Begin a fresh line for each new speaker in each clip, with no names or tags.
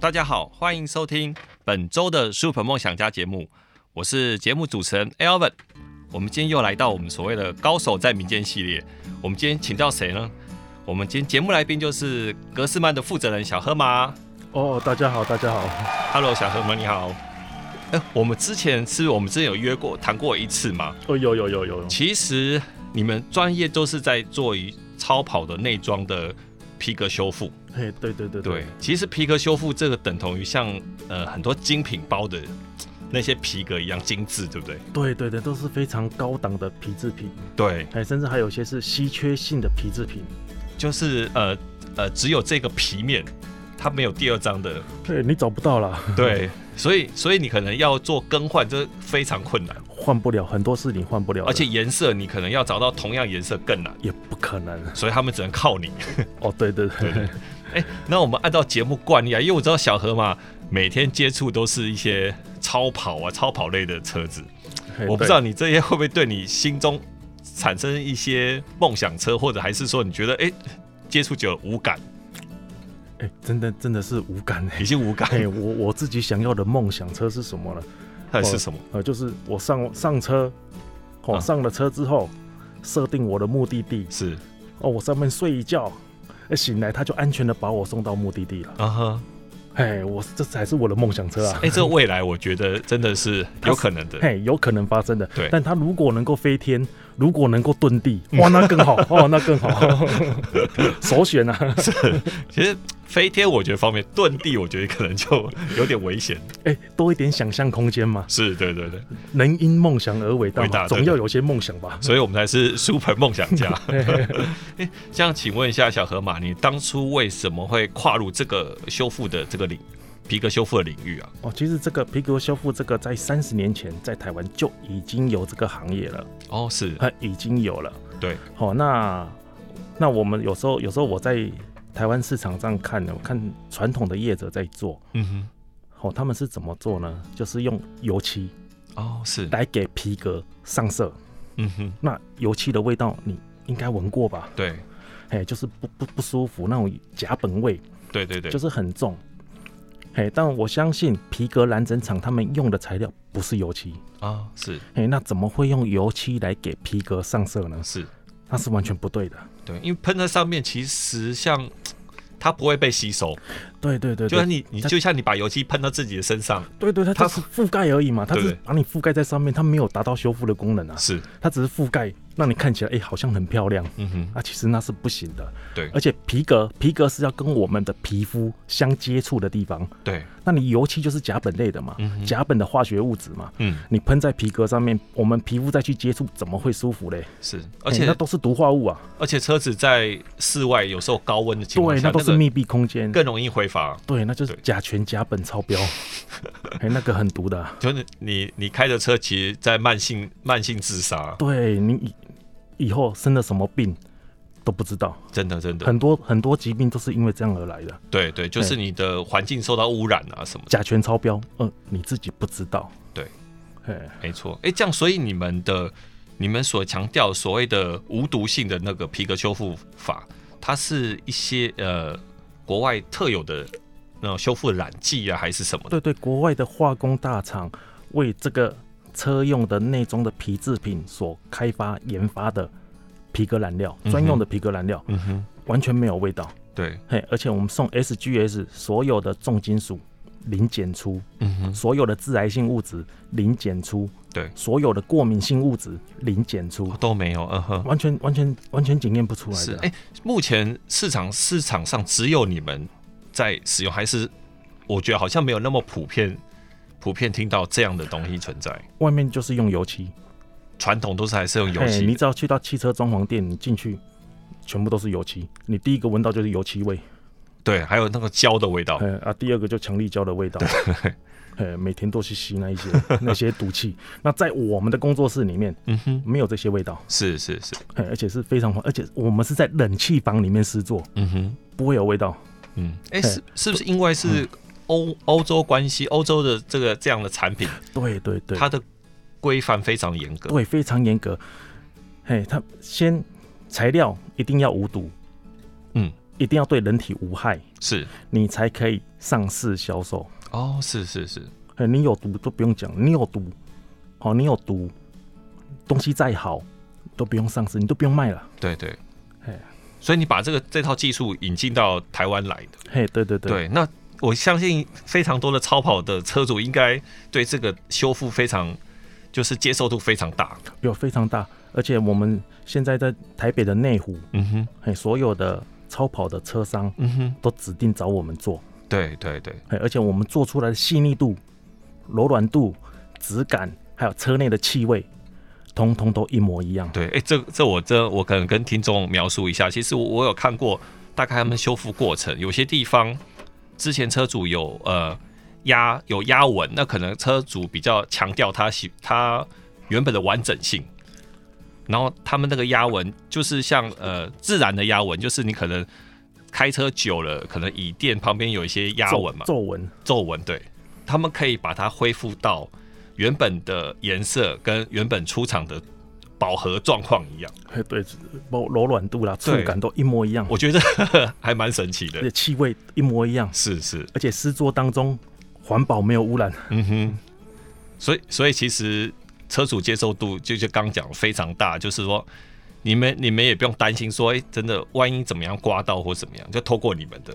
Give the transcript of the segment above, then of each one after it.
大家好，欢迎收听本周的 Super 梦想家节目，我是节目主持人 Alvin。我们今天又来到我们所谓的高手在民间系列。我们今天请到谁呢？我们今天节目来宾就是格斯曼的负责人小河马。
哦，大家好，大家好，
Hello，小河马你好。哎、我们之前是我们之前有约过谈过一次嘛？
哦，有有有有有，
其实你们专业都是在做于超跑的内装的皮革修复。
嘿，对对对
对，，其实皮革修复这个等同于像呃很多精品包的嘖那些皮革一样精致，对不对？
对对对，都是非常高档的皮制品，
对，
哎，甚至还有些是稀缺性的皮制品。
就是呃呃只有这个皮面，它没有第二张的。
对，你找不到啦，
对，所以所以你可能要做更换，这非常困难，
换不了，很多事情换不了的，
而且颜色你可能要找到同样颜色更难，
也不可能。
所以他们只能靠你。
哦，对对对，
哎、那我们按照节目惯例啊，因为我知道小河嘛，每天接触都是一些超跑啊、超跑类的车子。
嘿
我不知道，你这些会不会对你心中产生一些梦想车，或者还是说你觉得哎、接触久了无 感，
对哎，真的真的是无感哎
已。经无感
嘿，我我自己想要的梦想车是什么呢？
还哎是什么？
呃，就是我上上车，哦，
啊
上了车之后，设定我的目的地，
是
哦，我上面睡一觉，哎，醒来他就安全的把我送到目的地了。
啊哈，
哎，我这才是我的梦想车啊！
哎、这未来我觉得真的 是有可能的。
嘿，有可能发生的。
对
但它如果能够飞天，如果能够遁地，哇，那更 好哦，那更好，首选啊！
其实飞天我觉得方面，遁地我觉得可能就有点危险。
哎，多一点想象空间嘛，
是对对对，
能因梦想而伟大
伟大
嘛，
对
总要有些梦想吧。
所以我们才 是 super 梦想家。 哎这样，请问一下小河马，你当初为什么会跨入这个修复的这个领皮革修复的领域啊？
哦，其实这个皮革修复这个在三十年前在台湾就已经有这个行业了，
哦，是
它已经有了。
对，
好、那那我们有时候有时候我在台湾市场上看，我看传统的业者在做，
嗯
哦，他们是怎么做呢？就是用油漆
哼，哦是，
来给皮革上色。
嗯哼，
那油漆的味道你应该闻过吧？
对
哎，就是不不不舒服那种甲苯味，
对对对，
就是很重。哎，但我相信皮革染整厂他们用的材料不是油漆，
啊，是
哎，那怎么会用油漆来给皮革上色呢？
是，
那是完全不对的。
对，因为喷在上面，其实像它不会被吸收，
对对对
就像
对，
你你
它
就像你把油漆喷到自己的身上，
对对，它
它
只是覆盖而已嘛，它只
对
是把你覆盖在上面，它没有达到修复的功能啊，
是，
它只是覆盖让你看起来哎好像很漂亮，
嗯哼，
啊，其实那是不行的。
对
而且皮革皮革是要跟我们的皮肤相接触的地方，
对，
那你油漆就是甲苯类的嘛，甲苯的化学物质嘛，
嗯
你喷在皮革上面，我们皮肤再去接触，怎么会舒服嘞？
是，而
哎
且、
那都是毒化物啊，
而且车子在室外有时候高温的情况
对，
下，
那都是
个
密闭空间，
更容易挥发。
对，那就是
对
甲醛、甲苯超 标，哎，那个很毒的啊、
就是你你开着车，其实在慢性慢性自杀，
对你以以后生了什么病都不知道，
真的真的，
很多很多疾病都是因为这样而来的，
对对，就是你的环境受到污染啊什么的。
甲醛超标，嗯、你自己不知道，
对，
哎。
没错，哎，这样，所以你们的你们所强调所谓的无毒性的那个皮革修复法，它是一些呃国外特有的那种修复染剂啊，还是什么的？
对对，国外的化工大厂为这个车用的内装的皮制品所开发研发的皮革染料，
嗯哼
专用的皮革染料
嗯哼，
完全没有味道。
对，
嘿，而且我们送 SGS 所有的重金属零检出，
嗯哼，
所有的致癌性物质零检出，
对
所有的过敏性物质零检出
哦，都没有，嗯哼。
完全完全完全检验不出来
是
的啊、
哎、目前市场市场上只有你们在使用，还是我觉得好像没有那么普遍，普遍听到这样的东西存在。
外面就是用油漆，
传统都是还是用油
哎
漆
你
的，
只要去到汽车装潢店，你进去全部都是油漆，你第一个闻到就是油漆味，
对，还有那个胶的味道。
哎、啊，第二个就强力胶的味道。哎，每天都去吸那一些 那些毒气。那在我们的工作室里面
嗯哼，
没有这些味道，
是是是，
哎，而且是非常环，而且我们是在冷气房里面施作，
嗯哼，
不会有味道。
嗯，哎、
嘿嗯
是是不是因为是欧欧洲关系，欧洲的这个这样的产品，
对对对，
它的规范非常严格。
对非常严格。嘿，它先材料一定要无毒，
嗯，
一定要对人体无害，
是
你才可以上市销售。
哦，是是是，
哎，你有毒都不用讲，你有毒，好、你有毒，东西再好都不用上市，你都不用卖了。
对对
嘿。
所以你把这个这套技术引进到台湾来的。
嘿，对对对，
对，那我相信非常多的超跑的车主应该对这个修复非常，就是接受度非常大。
有非常大，而且我们现在在台北的内湖，
嗯哼，
嘿，所有的超跑的车商
嗯哼，
都指定找我们做，
对对对，
嘿，而且我们做出来的细腻度、柔软度、质感，还有车内的气味，通通都一模一样。
对，哎、这这我这我可能跟听众描述一下，其实我我有看过大概他们修复过程，有些地方之前车主有呃压有压纹，那可能车主比较强调他喜他原本的完整性。然后他们那个压纹就是像呃自然的压纹，就是你可能开车久了，可能椅垫旁边有一些压
皱
纹嘛，
皱纹，
皱纹，对，他们可以把它恢复到原本的颜色跟原本出厂的饱和状况一样，
嘿，对，柔柔软度啦，触
对
感都一模一样，
我觉得 还蛮神奇的
而且。气味一模一样，
是是，
而且诗作当中环保没有污染。
嗯哼，所以所以其实车主接受度就就刚讲非常大，就是说你们你们也不用担心说，哎、真的万一怎么样刮到或怎么样，就透过你们的，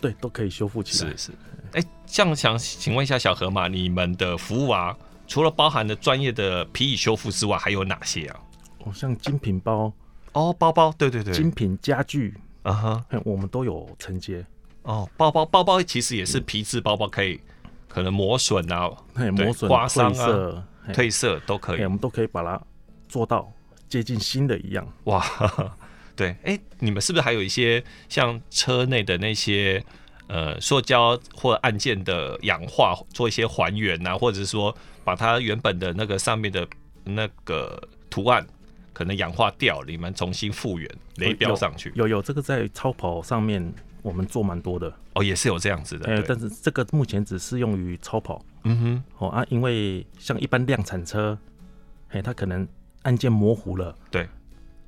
对，都可以修复起来
是。是。哎、像想请问一下小河马，你们的服务啊，除了包含的专业的皮椅修复之外，还有哪些啊？
哦，像精品包、
哦，包包，对对对，
精品家具，
啊哈，
嘿，我们都有承接。
哦，包包包包其实也是皮质包包，可以可能磨损啊、
嗯嘿，
对
磨损、
刮伤
褪
啊
色，嘿
褪色都可
嘿
以
我。们都可以把它做到接近新的一样。
哇， 哈哈对，哎、你们是不是还有一些像车内的那些呃塑胶或按键的氧化，做一些还原啊，或者是说把它原本的那个上面的那个图案可能氧化掉，你们重新复原，雷标上去，
哦有有这个在超跑上面我们做蛮多的，
哦，也是有这样子的，
呃，
对
但是这个目前只适用于超跑
嗯哼，
哦啊，因为像一般量产车，哎，它可能按键模糊了，
对，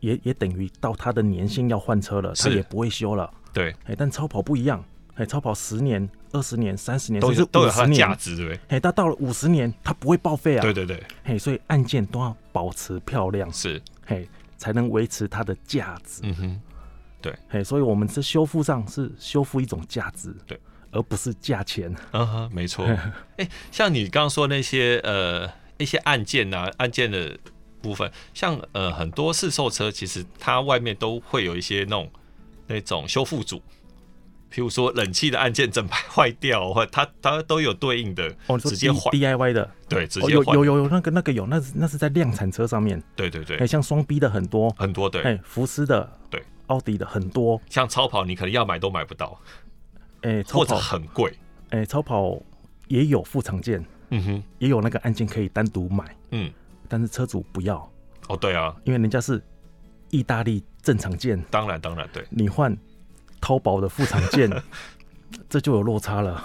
也也等于到它的年限要换车了，它
是
也不会修了，
对，
哎，但超跑不一样，哎，超跑十年、二十年、三十年
都
甚至
有都有
五
它
十
的价
年，
值，对不对？
哎，它到了五十年它不会报废啊，
对对对，
嘿，所以按键都要保持漂亮，
是，
嘿，才能维持它的价值。
嗯哼。
嘿，所以我们是修复上是修复一种价值，
对，
而不是价钱。
嗯哼，没错。哎、像你刚刚说那些呃一些按键啊，按键的部分，像呃很多试售车，其实它外面都会有一些那种那种修复组，譬如说冷气的按键整排坏掉，或它它都有对应的，
哦，你 说
直接
D-
换
DIY 的，
对，直
哦，
接
有
换，
有有有那个那个有，那是那是在量产车上面，
对对
哎，
对，
像双 B 的很多，
很多对。
哎，福斯的，
对，
奥迪的很多，
像超跑，你可能要买都买不到，
哎，
或
超
者
跑，
很贵。
哎，超跑也有副厂件，
嗯哼，
也有那个按键可以单独买，
嗯，
但是车主不要，
哦，对啊，
因为人家是意大利正常件，
当然当然对，
你换淘宝的副厂 件，这就有落差了。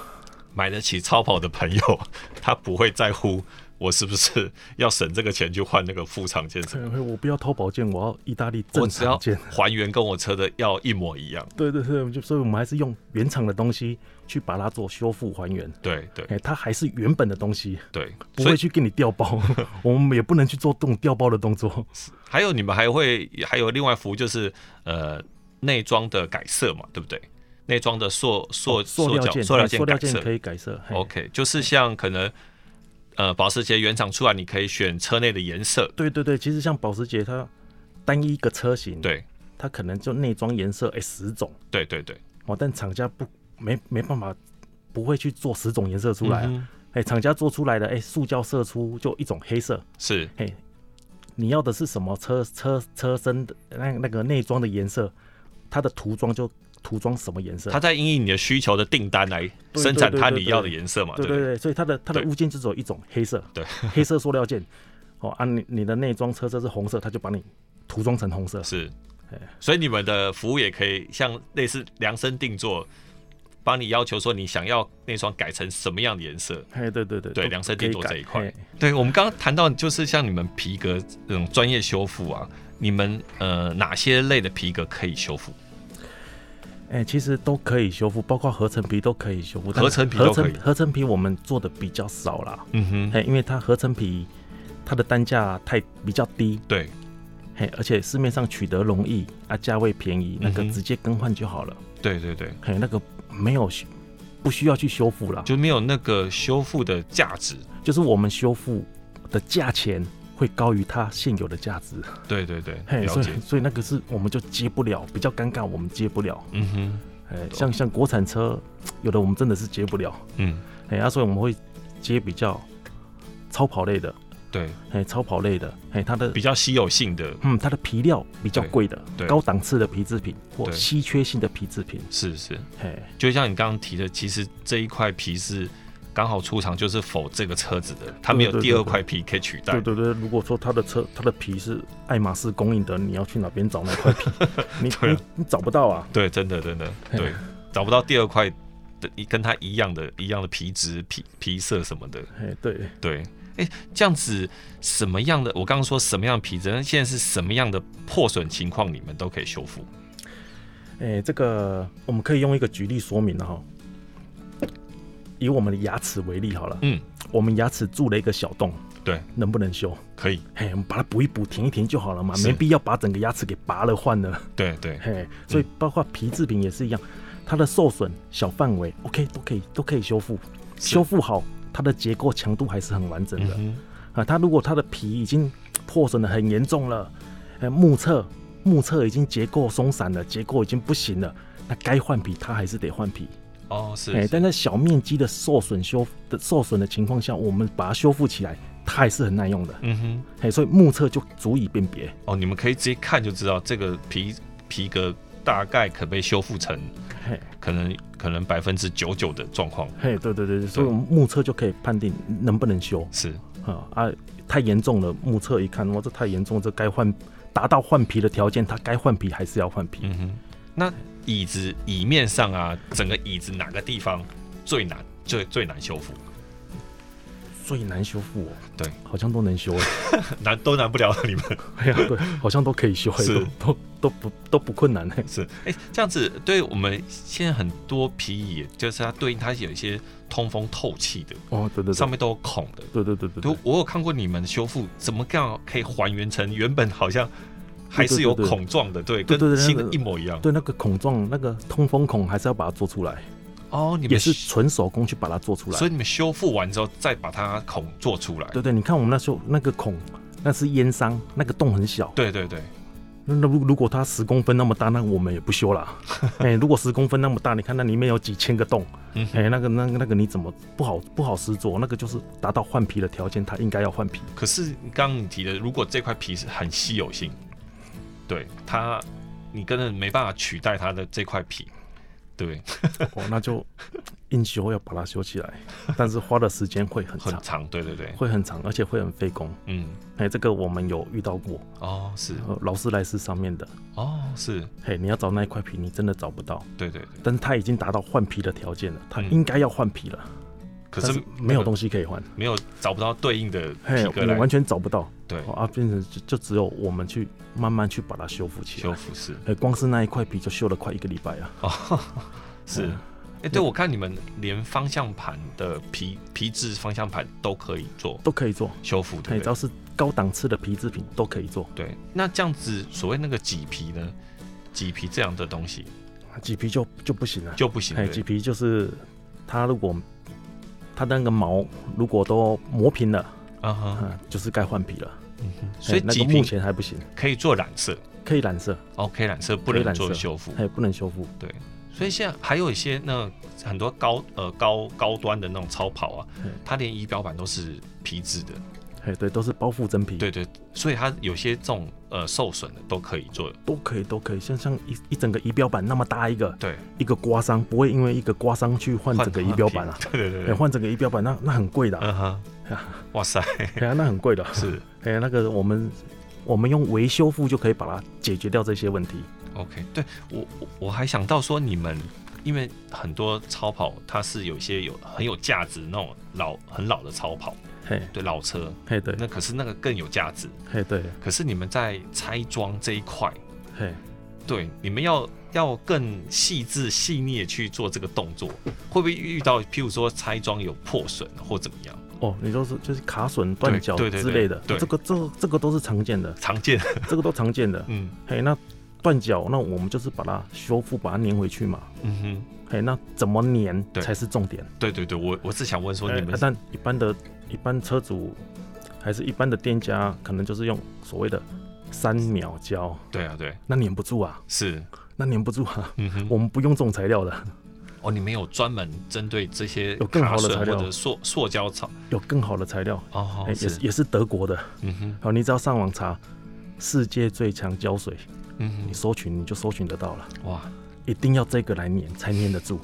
买得起超跑的朋友， 他不会在乎我是不是要省这个钱去换那个副厂件什么的
嘿嘿我不要淘宝件，我要意大利
我
正
只
常
要
件。
还原跟我车的要一模一样。
对对对，就所以我们还是用原厂的东西去把它做修复还原。
对对
哎、它还是原本的东西，
对，
不
所
会
以
去给你调 包。我们也不能去做这种调包的动作。
还有你们还会还有另外服务就是呃内装的改色嘛，对不对？内装的塑塑
哦塑料
角
件，
塑料
对
件
塑料
改
件
色
可以改色。哎哦嘿
OK，就是像可能呃保时捷原厂出来，你可以选车内的颜色，
对对对，其实像保时捷它单一一个车型，
对
它可能就内装颜色哎十种
对对对，
哦，但厂家不没没办法，不会去做十种颜色出来啊。
嗯哼
哎、厂家做出来的哎、塑胶射出就一种黑色，
是
嘿，你要的是什么车车车身的那那个内装的颜色，它的涂装就涂装什么颜色
它。在因应你的需求的订单来
对
生产
对对
它
对
你
对
要的颜色嘛，
对
不
对对，所以它的它的
对
物件就只有一种黑色，
对，
黑色塑料件。哦啊，你你的内装车车是红色，它就把你涂装成红色。
是
哎，
所以你们的服务也可以像类似量身定做，帮你要求说你想要那双改成什么样的颜色。
哎，对对对，
对
都
量身定做这一块
可以改嘿
对我们刚刚谈到，就是像你们皮革这种专业修复啊，你们呃哪些类的皮革可以修复？
哎、其实都可以修复，包括合成皮都可以修复。但
合成皮
合
都可以
成合成皮我们做的比较少啦，
嗯哼，
嘿，因为它合成皮它的单价太比较低，
对，
嘿，而且市面上取得容易啊，价位便宜，那个
嗯哼
直接更换就好了，
对对对，
嘿，那个没有需不需要去修复啦，就
就没有那个修复的价值。
就是我们修复的价钱会高于它现有的价值，
对对对，
嘿，
了
所
解
以。所以那个是我们就接不了，比较尴尬，我们接不了，
嗯哼，
哎，像像国产车，有的我们真的是接不了，
嗯，
哎，啊，所以我们会接比较超跑类的，
对，
哎，超跑类的，哎，它的
比较稀有性的，
嗯，它的皮料比较
对
贵的
对，
高档次的皮制品或
对
稀缺性的皮制品，
是是。
嘿。
就像你刚刚提的，其实这一块皮是刚好出厂就是否这个车子的，它没有
对对
第二
对对
块皮可以取代。
对对对，如果说它的车它的皮是爱马仕供应的，你要去哪边找那 块皮？你
对啊
你你找不到啊！
对真的真的
嘿
对，找不到第二块的跟它一样的一样的皮质、皮皮色什么的。
哎，对，
对，哎，这样子什么样的？我刚刚说什么样的皮质，那现在是什么样的破损情况，你们都可以修复。
哎，这个我们可以用一个举例说明了哈。以我们的牙齿为例好了，
嗯，
我们牙齿蛀了一个小洞，
对，
能不能修？
可以，
嘿，我们把它补一补、填一填就好了嘛，
是
没必要把整个牙齿给拔了换了。
对对
嘿，所以包括皮制品也是一样，它的受损小范围，OK 都可以都可以修复，
是
修复好它的结构强度还是很完整的。
嗯
啊，它如果它的皮已经破损的很严重了，呃，目测目测已经结构松散了，结构已经不行了，那该换皮它还是得换皮。
哼，哦是
哎、
是
但在小面积的受损修的受损的情况下，我们把它修复起来，它还是很耐用的。
嗯哼，
哎、所以目测就足以辨别。
哦，你们可以直接看就知道这个皮皮革大概可被修复成
嘿，
可能可能百分之九九的状况
嘿，对对对，所以我们目测就可以判定能不能修
是
啊啊，太严重了，目测一看，哇，这太严重，这该换达到换皮的条件，它该换皮还是要换皮。
嗯哼，那椅子椅面上啊，整个椅子哪个地方最难最最难修复？
最难修复哦，
对，
好像都能 修哎。
难都难不了你们。
哎呀，对，好像都可以修，哎
是
都都都不都不困难哎。
是， 哎、这样子对我们现在很多皮椅，就是它对应它有一些通风透气的，
哦，对对
上
对，
面都有孔的。
对对对对
都
对，
我有看过你们修复怎么样可以还原成原本好像还是有
对对对对
孔状的，对，
对对
跟
对
新的
那个
一模一样。
对那个孔状那个通风孔还是要把它做出来，
哦，你们
也是
修
纯手工去把它做出来
所。以你们修复完之后再把它孔做出来。
对对，你看我们那时候那个孔，那是烟伤，那个洞很小。
对对对，
那那如如果它十公分那么大，那我们也不 修啦。哎，如果十公分那么大，你看那里面有几千个洞，
嗯哼。
哎，那个那个那个你怎么不好不好施作？那个就是达到换皮的条件，它应该要换皮。
可是刚刚你提的，如果这块皮是很稀有性，对它，你根本没办法取代它的这块皮，对，
哦，那 就硬修要把它修起来，但是花的时间会很
很
长，
长，对对对，
会很长，而且会很费工。
嗯，
哎，这个我们有遇到过，
哦是，
呃，劳斯莱斯上面的，
哦是，
嘿，你要找那一块皮，你真的找不到，
对对对，
但是它已经达到换皮的条件了，它
嗯
应该要换皮了，
可
但
是
是没有
那个
东西可以换，
没有找不到对应的
嘿，
皮革
我
来
完全找不到，
对
哦啊，变成就就只有我们去慢慢去把它修复起
修
来，
复是
哎，光是那一块皮就修了快一个礼拜啊，
哦 是
嗯。
哎、对，我看你们连方向盘的皮皮质方向盘都可以做
都可以做，
修复，
嘿，
对
只
不对
要？是高档次的皮制品都可以做，
对，那这样子所谓那个麂皮呢？麂皮这样的东西，
麂啊皮就就不行了。
就不行。
哎，
对
麂皮就是它如果它那个毛如果都磨平了，
啊哈，
啊，就是该换皮了。
嗯哼
哎
所以
那个
麂
目
皮
前还不行，
可以做染色
可以染色，
，OK，染色不
可以
能
染
做
色
修复。
哎，不能修复。
对，所以现在还有一些那很多高呃高高端的那种超跑啊
嗯，
它连仪表板都是皮质的，
哎，对，都是包覆真皮，，
对对，所以它有些这种呃受损的都可以做，
都可以，都可以。像像一一整个仪表板那么大一个，
对，
一个刮伤不会因为一个刮伤去换整个仪表板啊，
换皮对对
哎，
对对，
换整个仪表板那那很贵的啊，
嗯 哼，哇塞，
哎呀，那很贵的。
是
哎，那个我们我们用维修复就可以把它解决掉这些问题。
OK，对我我我还想到说你们。因为很多超跑它是有一些有很有价值那种老很老的超跑，
嘿，
对老车，
嘿，对，
那可是那个更有价值。
嘿，对，
可是你们在拆装这一块，
嘿，
对，你们要要更细致细腻的去做这个动作，会不会遇到譬如说拆装有破损或怎么样？
哦，你说是就是卡榫、断角
对对
之
对
类的，
对
这个这个这个都是常见 的，
常见，
这个都常见的。
嗯
嘿，那断角，那我们就是把它修复，把它粘回去嘛。
嗯哼，
嘿，那怎么粘
对
才是重点。
对对对，我我是想问说
哎
你们
啊但一般的一般车主还是一般的店家，可能就是用所谓的三秒胶，
对啊对
那粘不住啊，
是，
那粘不住啊。
嗯哼，
我们不用这种材料的，
哦，你们有专门针对这些
有更
卡
好的
榫
材料
或者塑塑胶草
有更好的材料，
哦
哎，也
是
是也是德国的。
嗯哼
好，你只要上网查世界最强胶水，
嗯
你搜寻你就搜寻得到了。
哼，哇，
一定要这个来粘才粘得住。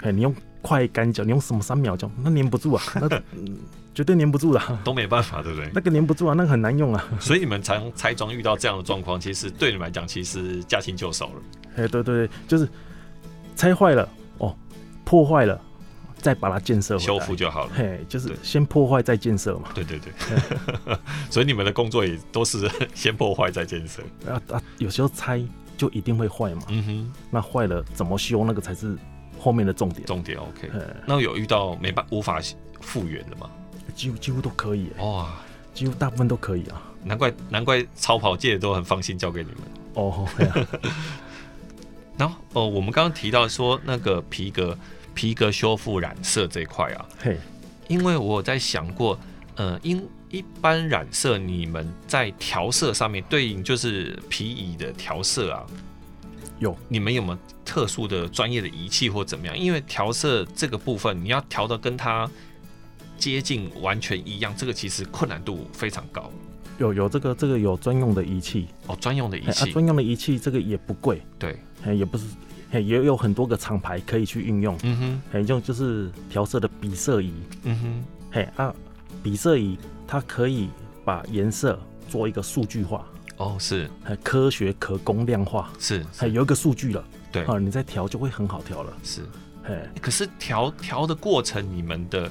哎，你用快干胶，你用什么三秒胶，那粘不住啊， 那、嗯绝对粘不住的、 啊，
都没办法，对不对？
那个粘不住啊，那个很难用啊。
所以你们常拆装遇到这样的状况，其实对你们来讲其实驾轻就熟了。
哎，对对对，就是拆坏了哦，破坏了，再把它建设回来
修复。就好 了。
嘿，就是
对
先破坏再建设嘛。
对对对， 所以你们的工作也都是先破坏再建设。
啊啊，有时候拆就一定会坏嘛，
嗯哼，
那坏了怎么修，那个才是后面的重点。
重点 OK。
呃，
那有遇到没办无法复原的吗？
几乎几乎都可以、哎
哇、
几乎大部分都可以啊。
难怪难怪超跑界都很放心交给你们。
哦，嘿啊
然后哦，我们刚刚提到说那个皮革皮革修复染色这一块啊，
嘿，
因为我有在想过，呃，因一般染色你们在调色上面对应就是皮椅的调色啊，
有
你们有没有特殊的专业的仪器或怎么样？因为调色这个部分，你要调的跟它接近完全一样，这个其实困难度非常高
有有这个这个有专用的仪器，
哦。专用的仪
嘿啊，
器，
专用的仪器这个也不贵，
对，
嘿，也不是，嘿，也有很多个厂牌可以去运用，
嗯哼，
嘿，用就是调色的比色仪，
嗯哼，
嘿啊，比色仪它可以把颜色做一个数据化，
哦，是
嘿，科学可供量化，
是
嘿，有一个数据了，
对
啊，你再调就会很好调了，
是，
嘿，
可是调调的过程，你们的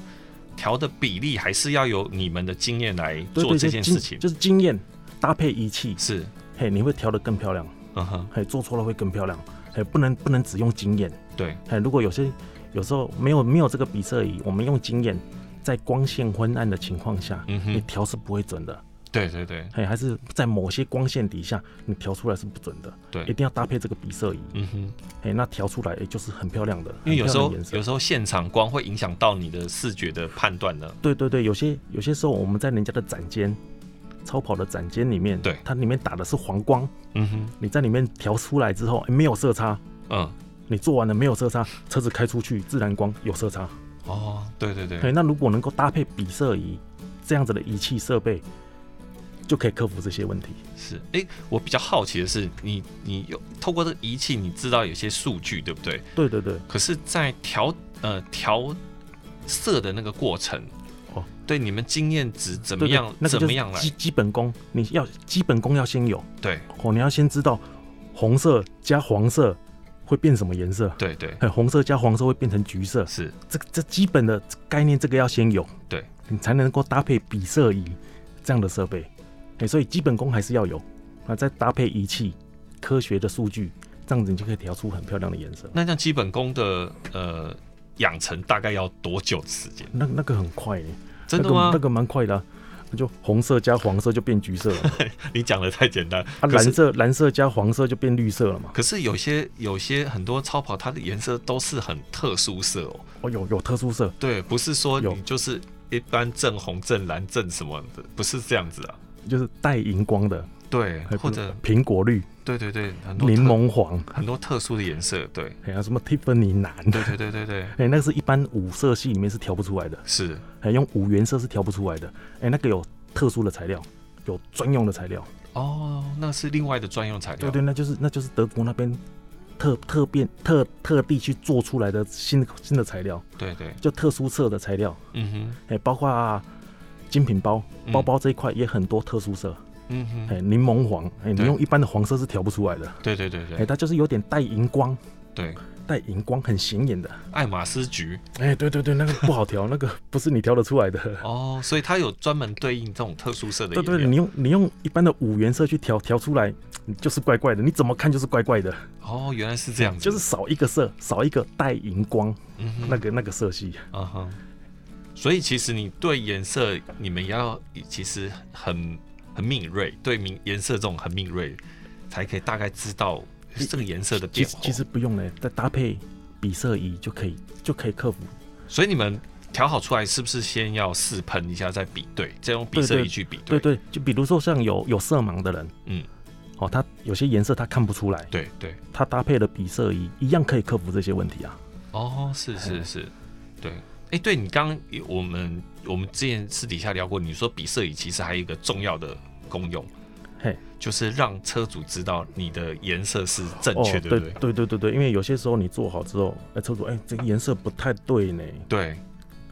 调的比例还是要由你们的经验来
对
做
对，
这
就
件
经
事情，
就是经验搭配仪器，
是，
嘿，你会调得更漂亮，
嗯哼，
嘿，做错了会更漂亮，嘿，不能不能只用经验。
对，
哎，如果有些有时候没有没有这个比色仪，我们用经验，在光线昏暗的情况下，
嗯
你
哼，
调是不会准的。
对对对
哎，还是在某些光线底下，你调出来是不准的。一
对，
定要搭配这个比色仪，
嗯哼。
哎，那调出来哎就是很漂亮的，
因为有时
很
候
漂亮的
有
颜色。
时候现场光会影响到你的视觉的判断呢。
对对对，有些有些时候我们在人家的展间，超跑的展间里面，
对
它里面打的是黄光，
嗯哼，
你在里面调出来之后、哎没有色差，
嗯，
你做完了没有色差，车子开出去自然光有色差。
哦，对对对，
对，那如果能够搭配比色仪这样子的仪器设备，就可以克服这些问题。
是。诶，我比较好奇的是，你你有透过这个仪器，你知道有些数据，对不对？
对对对，
可是，在调呃调色的那个过程，
哦，
对你们经验值怎么
对对
样？
那个
怎
就
么
是
样来
基？基本功，你要基本功要先有
对
哦，你要先知道红色加黄色会变什么颜色。
对对，
哎，红色加黄色会变成橘色，
是
这个这基本的概念，这个要先有，
对
你才能够搭配比色仪这样的设备。哎，所以基本功还是要有，那再搭配仪器、科学的数据，这样子你就可以调出很漂亮的颜色。
那像基本功的呃养成大概要多久的时间？
那那个很快耶、
真的
那个
吗
那？个蛮快的啊、那就红色加黄色就变橘色了 嘛，
你讲的太简单。
啊，
可
蓝
是
色蓝色加黄色就变绿色了嘛。
可是有些有些很多超跑，它的颜色都是很特殊色哦。
哦，有有特殊色，
对，不是说
有
你就是一般正红、正蓝、正什么的，不是这样子啊。
就是带荧光的，
对，
还有
或者
苹果绿、
对对对，很哦多特
柠檬黄，
很多特殊的颜色，对
还有什么 Tiffany 蓝，
对对对对对，
哎、那个是一般五色系里面是调不出来的，
是
哎、用五原色是调不出来的，哎、那个有特殊的材料，有专用的材料。
哦，那是另外的专用材料。
对对，那就是那就是德国那边特特变特特地去做出来的新新的材料，
对对，
就特殊色的材料，
嗯
哎、包括、精品包
嗯
包包这一块也很多特殊色，
哼，嗯
哎、
哼，
柠檬黄，哎、你
对
用一般的黄色是调不出来的，
对对对
哎、
对
它就是有点带荧光，
对，
带荧光很显眼的，
爱马仕橘
哎、对对对，那个不好调，那个不是你调得出来的。
哦，所以它有专门对应这种特殊色的
对
颜料。
对，你用你用一般的五原色去调调出来，就是怪怪的，你怎么看就是怪怪的，
哦，原来是这样子，
就是少一个色，少一个带荧光
嗯哼
那个那个色系。
嗯哼，所以其实你对颜色，你们要其实很很敏锐，对明颜色这种很敏锐，才可以大概知道这个颜色的
其
变
实
化。
其实不用嘞，再搭配比色仪就可以就可以克服。
所以你们调好出来，是不是先要试喷一下再比对，再用比
对
色
对
仪去比
对
对？
对，就比如说像有有色盲的人，
嗯，
哦，他有些颜色他看不出来，
对对，
他搭配了比色仪一样可以克服这些问题啊。
哦，是是
哎
是，对。哎、对你刚刚我们我们之前私底下聊过，你说比摄影其实还有一个重要的功用，
嘿，
就是让车主知道你的颜色是正
哦，
确，
对
对不对？
对对对对，因为有些时候你做好之后，哎，车主哎，这个颜色不太对呢，
对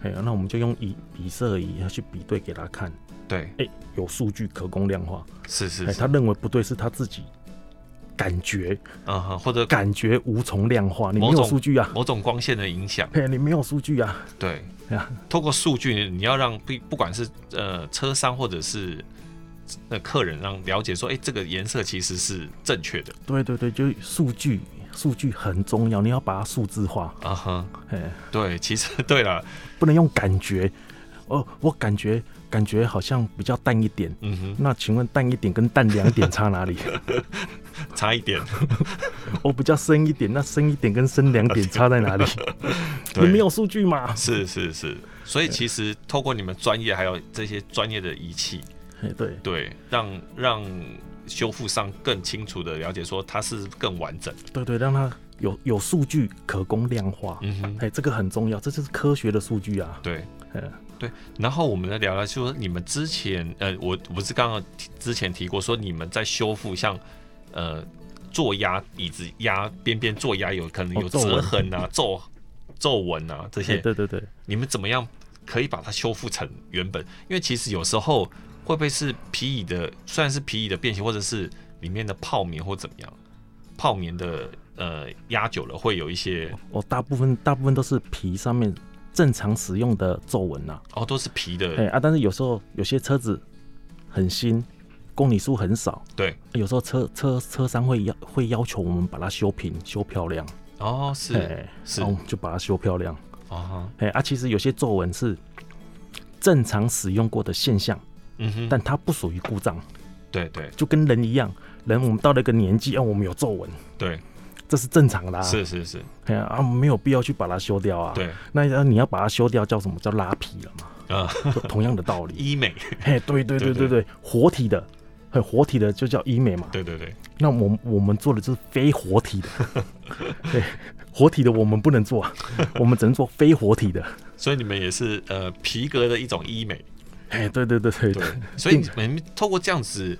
哎，那我们就用以比色仪去比对给他看，
对，
哎，有数据可供量化，
是是
哎，
是
他，认为不对是他自己感觉
嗯哼，或者
感觉无从量化，你没
某
有
种
数据啊，
某种光线的影响，
哎，你没有数据啊，
对
哎呀，
透过数据，你要让不不管是呃车商或者是呃客人，让了解说，哎、这个颜色其实是正确的，
对对对，就是数据，数据很重要，你要把它数字化，
啊哈，
哎，
对，其实 对了，
不能用感觉。哦，我感觉感觉好像比较淡一点。
嗯哼，
那请问淡一点跟淡两点 差哪里？
差一点，
哦，比较深一点，那深一点跟深两点差在哪里？你
对
没有数据嘛？
是是是，所以其实透过你们专业还有这些专业的仪器，
哎，对
对，让让修复商更清楚的了解说它是更完整，
对对，让它有有数据可供量化。
嗯哼，
哎，这个很重要，这就是科学的数据啊。
对。
嗯，
对，然后我们来聊聊，就是你们之前，呃，我我是刚刚提之前提过，说你们在修复像，呃，坐压椅子压边边坐压有可能
哦
有
皱
折
纹
痕啊、皱皱纹啊这
哎
些，
对对对，
你们怎么样可以把它修复成原本？因为其实有时候会不会是皮椅的，虽然是皮椅的变形，或者是里面的泡棉或怎么样，泡棉的呃压久了会有一些
我哦大部分大部分都是皮上面正常使用的皱纹呐。
哦都是皮
哎、
的，
啊，但是有时候有些车子很新，公里数很少，
对，
有时候车车车商会要会要求我们把它修平、修漂亮，
哦是哦
哎
是
然后我们就把它修漂亮。
哦哈，
哎、啊，其实有些皱纹是正常使用过的现象，
嗯哼，
但它不属于故障，
对对
就跟人一样，人我们到了一个年纪，啊，我们有皱纹，
对，
这是正常的、啊，
是是是，
哎呀啊，没有必要去把它修掉啊。，
对
那那你要把它修掉，叫什么叫拉皮了 嘛？
啊，
就同样的道理。
医美，
嘿，对对
对
对
对
对对，活体的，很活体的就叫医美嘛。
对对对，
那我们我们做的就是非活体的， 对，活体的我们不能做啊，我们只能做非活体的。
所以你们也是呃皮革的一种医美，
嘿，对对对
对
对对，， 嗯
所以你们透过这样子，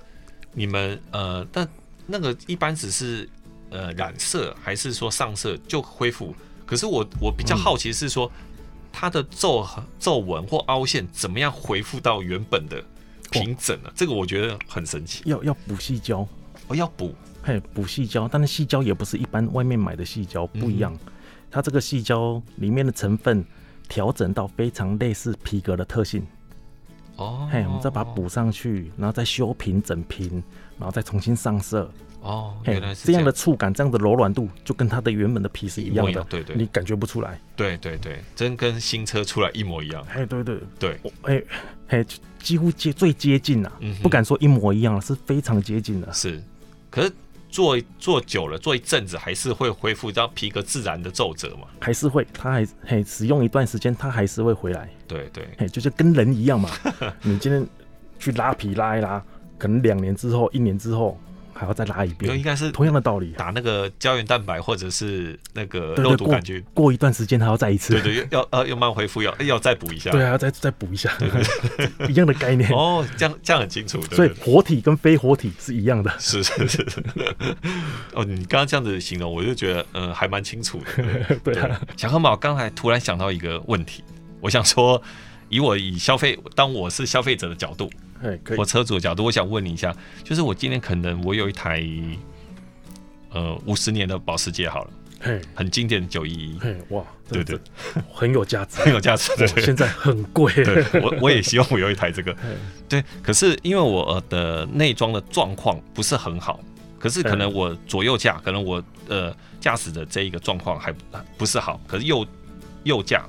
你们呃，但那个一般只是呃染色还是说上色就恢复？可是我我比较
嗯
好奇是说，它的皱痕皱纹或凹陷怎么样恢复到原本的
哦
平整呢、这个我觉得很神奇。
要要补细胶，
我、要补
嘿，补细胶，但是细胶也不是一般外面买的细胶
嗯
不一样，它这个细胶里面的成分调整到非常类似皮革的特性，
哦，
嘿，我们再把它补上去，然后再修平整平，然后再重新上色，
哦，
嘿
原来，是
这样的
的，
触感，这样的柔软度，就跟它的原本的皮是一样
一模一
的
样，对对
你感觉不出来，
对对对，真跟新车出来一模一样，
嘿，对对
对，
我哎嘿，几乎接最接近了、
嗯哼
不敢说一模一样了，是非常接近的，
是，可是做做久了，做一阵子还是会恢复到皮革自然的皱褶嘛，
还是会，它还嘿使用一段时间，它还是会回来，
对对，
嘿，就是跟人 一样嘛，你今天去拉皮拉一拉，可能两年之后、一年之后还要再拉一
因为应
遍，
该是
同样的道理，
打那个胶原蛋白或者是那个
对
肉
对，
毒
过
杆菌，
过一段时间还要再一次，
对对，要呃要要慢慢恢 复，要要再补一下，
对啊，再再补一下， 一样的概念。
哦，这样这样很清楚，对
所以
对对
活体跟非活体是一 样的，
是是是，哦，你刚刚这样子形容，我就觉得，嗯、还蛮清楚的。
对啊，
小汉堡刚才突然想到一个问题，我想说，以我以消费，当我是消费者的角度，
哎，可以
我，车主的角度，我想问你一下，就是我今天可能我有一台，呃，五十年的保时捷好了，
嘿，
很经典的九一一，
嘿，哇，
对
这
对，
这很有价值，
很有价值， 对
哇
对
现在很贵，
对，我我也希望我有一台这个
嗯，
对。可是因为我呃的内装的状况不是很好，可是可
嗯
能我左右架，可能我呃驾驶的这一个状况还不是好，可是右右架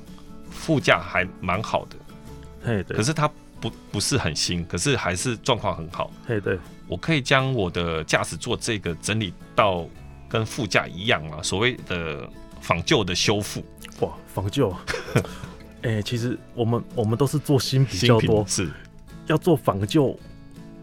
副驾还蛮好的，
嘿，对
可，是它不不是很新，可是还是状况很好。
嘿，对，
我可以将我的驾驶座这个整理到跟副驾一样啊，所谓的仿旧的修复，
哇，仿旧，哎，其实我们我们都是做新比较多，
是
要做仿旧，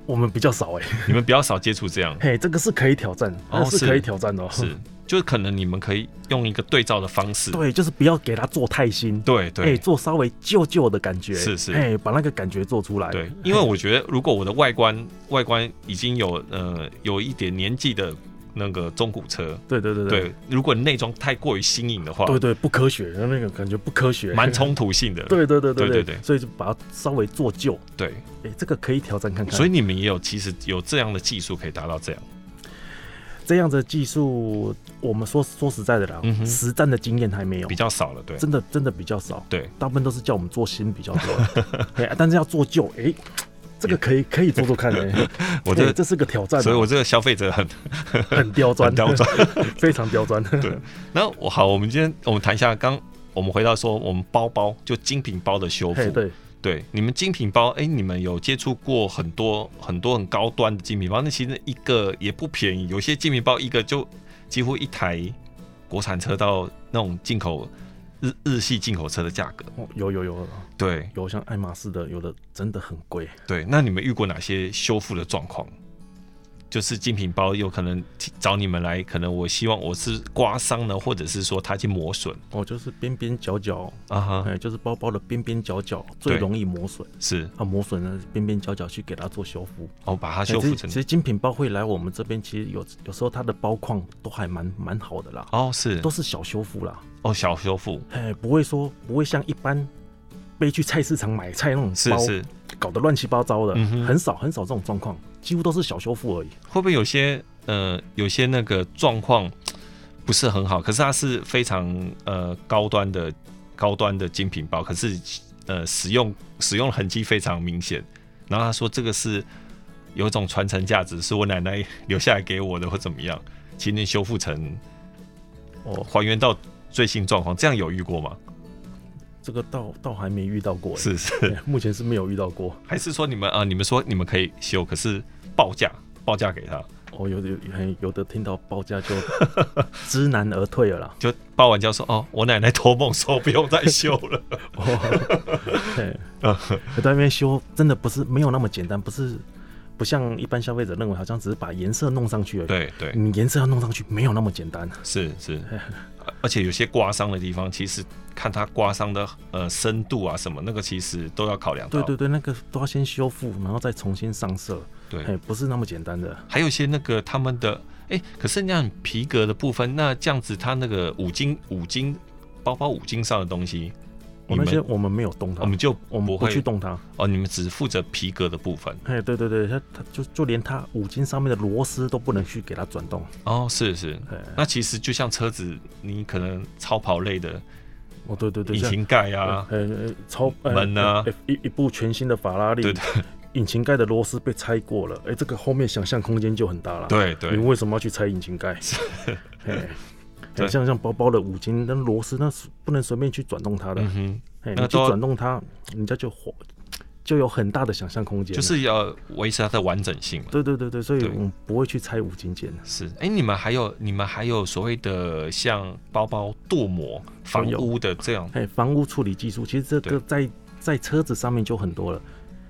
我们比较少，哎，
你们比较少接触这样。
嘿，这个是可以挑战，
哦
是
是
可以挑战哦，
是，，就是可能你们可以用一个对照的方式，
对，就是不要给它做太新，
对
哎，
对
做稍微旧旧的感觉，
是是
哎，把那个感觉做出来，
对，因为我觉得如果我的外观外观已经有呃有一点年纪的那个中古车，
对对对对
对，如果内装太过于新颖的话，
对对，不科学，那个感觉不科学，
蛮冲突性的，
对对对
对
对对
对对
所以就把它稍微做旧，
对，
哎、这个可以挑战看看。
所以你们也有其实有这样的技术可以达到这样，
这样的技术，我们说说实在的啦，
嗯哼
实战的经验还没有
比，较少了，对
真的真的比较少，
对，
大部分都是叫我们做新比较 多。哎、但是要做旧，哎、这个可以可以做做看哎、
我
对，
这
这是个挑战啊，
所以我这个消费者很
很刁钻，
很刁钻，
非常 刁钻。
对，那我好，我们今天我们谈一下刚。我们回到说，我们包包就精品包的修
嘿，
复，
对，
对，你们精品包，哎、你们有接触过很多很多很高端的精品包？那其实一个也不便宜，有些精品包一个就几乎一台国产车到那种进口日日系进口车的价格。
哦有有有
对
有，像爱马仕的，有的真的很贵。
对，那你们遇过哪些修复的状况？就是精品包有可能呃找你们来，可能我希望我是刮伤呢，或者是说它去磨损
哦，就是边边角角，
啊
哎、
哈，
就是包包的边边角角最
对
容易磨损，
是
啊，磨损呢边边角角去给它做修复。
哦，把它
哎
修
其
复
实
成
其实精品包会来我们这边，其实有有时候它的包框都还蛮蛮好的啦，
哦是
都是小修复啦，
哦小修复
哎，不会说不会像一般背去菜市场买菜那种
是
包
是，
搞得乱七八糟的，
嗯哼
很少很少这种状况，几乎都是小修复而已。
会不会有些呃有些那个状况不是很好？可是它是非常呃高端的高端的精品包，可是呃使用使用痕迹非常明显。然后他说这个是有一种传承价值，是我奶奶留下来给我的，或怎么样，今天修复成
哦，
还原到最新状况，这样有遇过吗？
这个倒倒还没遇到过，
是是，
哎， 目前是没有遇到过。
还是说你们啊、呃你们说你们可以修，可是报价报价给他，
哦，有的有哎有的听到报 价就知难而退了啦。
就报完价说哦，我奶奶托梦说不用再修了。
哦， 对，我在那边修真的不是没有那么简单，不是不像一般消费者认为，好像只是把颜色弄上去而已。，
对对，
你颜色要弄上去没有那么简单。
是 是，而且有些刮伤的地方，其实看它刮伤的呃深度啊什么，那个其实都要考量到。
对对对，那个都要先修复，然后再重新上色，
对
哎，不是那么简单的。
还有一些那个他们的哎、可是那样皮革的部分，那这样子它那个五金五金包包五金上的东西，
我
你
哦那些
们
我们没有动它，
我们就
我们
不
不
会
去动它。
哦，你们只负责皮革的部分
哎，对对对，它它就就连它五金上面的螺丝都不能去给它转动。
哦，是是
哎，
那其实就像车子，你可能超跑类的，
哦，对对对，
引
像
擎盖啊，
呃呃超呃
门啊
呃一一部全新的法拉利，
对对
引擎盖的螺丝被拆过了，哎，这个后面想象空间就很大了。，
对
你
对
为什么要去拆引擎盖？ 哎，
对
很像像薄薄的五金，那螺丝那是不能随便去转动它的，
嗯哼，
哎，
那
你去
都要
转动它，人家就火，就有很大的想象空间。
就是要维持它的完整性嘛。
对对对对，所以
对
我们不会去拆五金件的。
是，哎、你们还有你们还有所谓的像包包镀膜、房
有
屋的这样，
哎，房屋处理技术其实这个在在车子上面就很多了，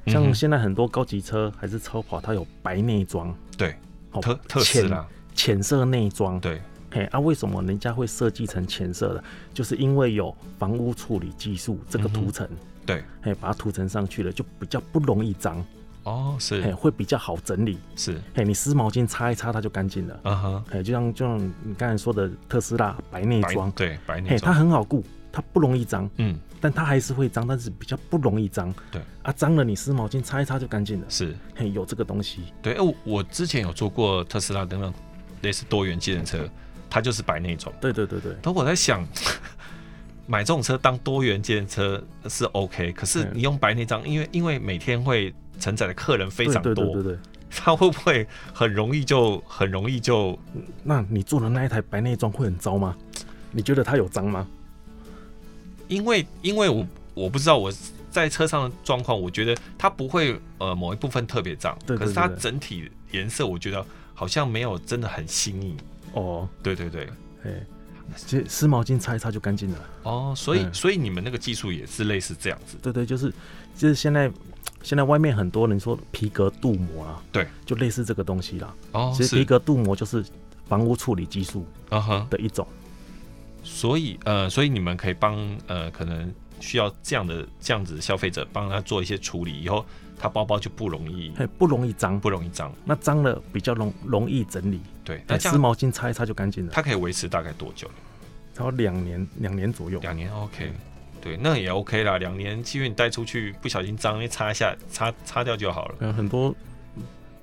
嗯
像
哼
现在很多高级车还是超跑，它有白内装，
对
好
特特斯拉，
浅色内装。
对，
嘿啊，为什么人家会设计成浅色的？就是因为有房屋处理技术这个
嗯哼
涂层，
对，
嘿，把它涂层上去了，就比较不容易脏，
哦，
嘿，
是
会比较好整理。
是，
嘿，你湿毛巾擦一擦，它就干净了。
嗯哼，
嘿，就像就像你刚才说的特斯拉白内
白
装，
对白内
嘿，它
装，
很好顾，它不容易脏，
嗯，
但它还是会脏，但是比较不容易脏。
对
啊，脏了你湿毛巾擦一擦就干净了。
是
嘿，有这个东西，
对。哎、我我之前有坐过特斯拉的那种类似多元机能车，它就是白内装。
对对对对，
但我在想，买这种车当多元机能车是 OK，可是
嗯
你用白内装，因为因为每天会承载的客人非
对
常
对对
多
对，对。
它会不会很容易就很容易就
那你做的那一台白内装会很糟吗？你觉得它有脏吗？
因为因为我我不知道我在车上的状况，我觉得它不会呃某一部分特别脏，
对对
可是它
对对
整体颜色我觉得好像没有真的很新颖。
哦，
对对对，
哎，其实湿毛巾擦一擦就干净了。
哦，所以、
嗯
所以你们那个技术也是类似这样子，
对对，就是就是现在现在外面很多人说皮革镀膜啊，
对，
就类似这个东西啦。
哦
其实皮
是，
革镀膜就是房屋处理技术
啊哈，
的一种。
所以呃，所以你们可以帮呃可能需要这样的这样子的消费者帮他做一些处理，以后他包包就不容易
嘿，不容易脏，
不容易脏，
那脏了比较容容易整理。
对，那
哎
这
湿
样
毛巾擦一擦就干净了，
它可以维持大概多久？
然后两年两年左右。
两年 OK，对，那也 OK 啦。两年，其实你带出去不小心脏，一擦一下，擦擦掉就好了。
嗯，很多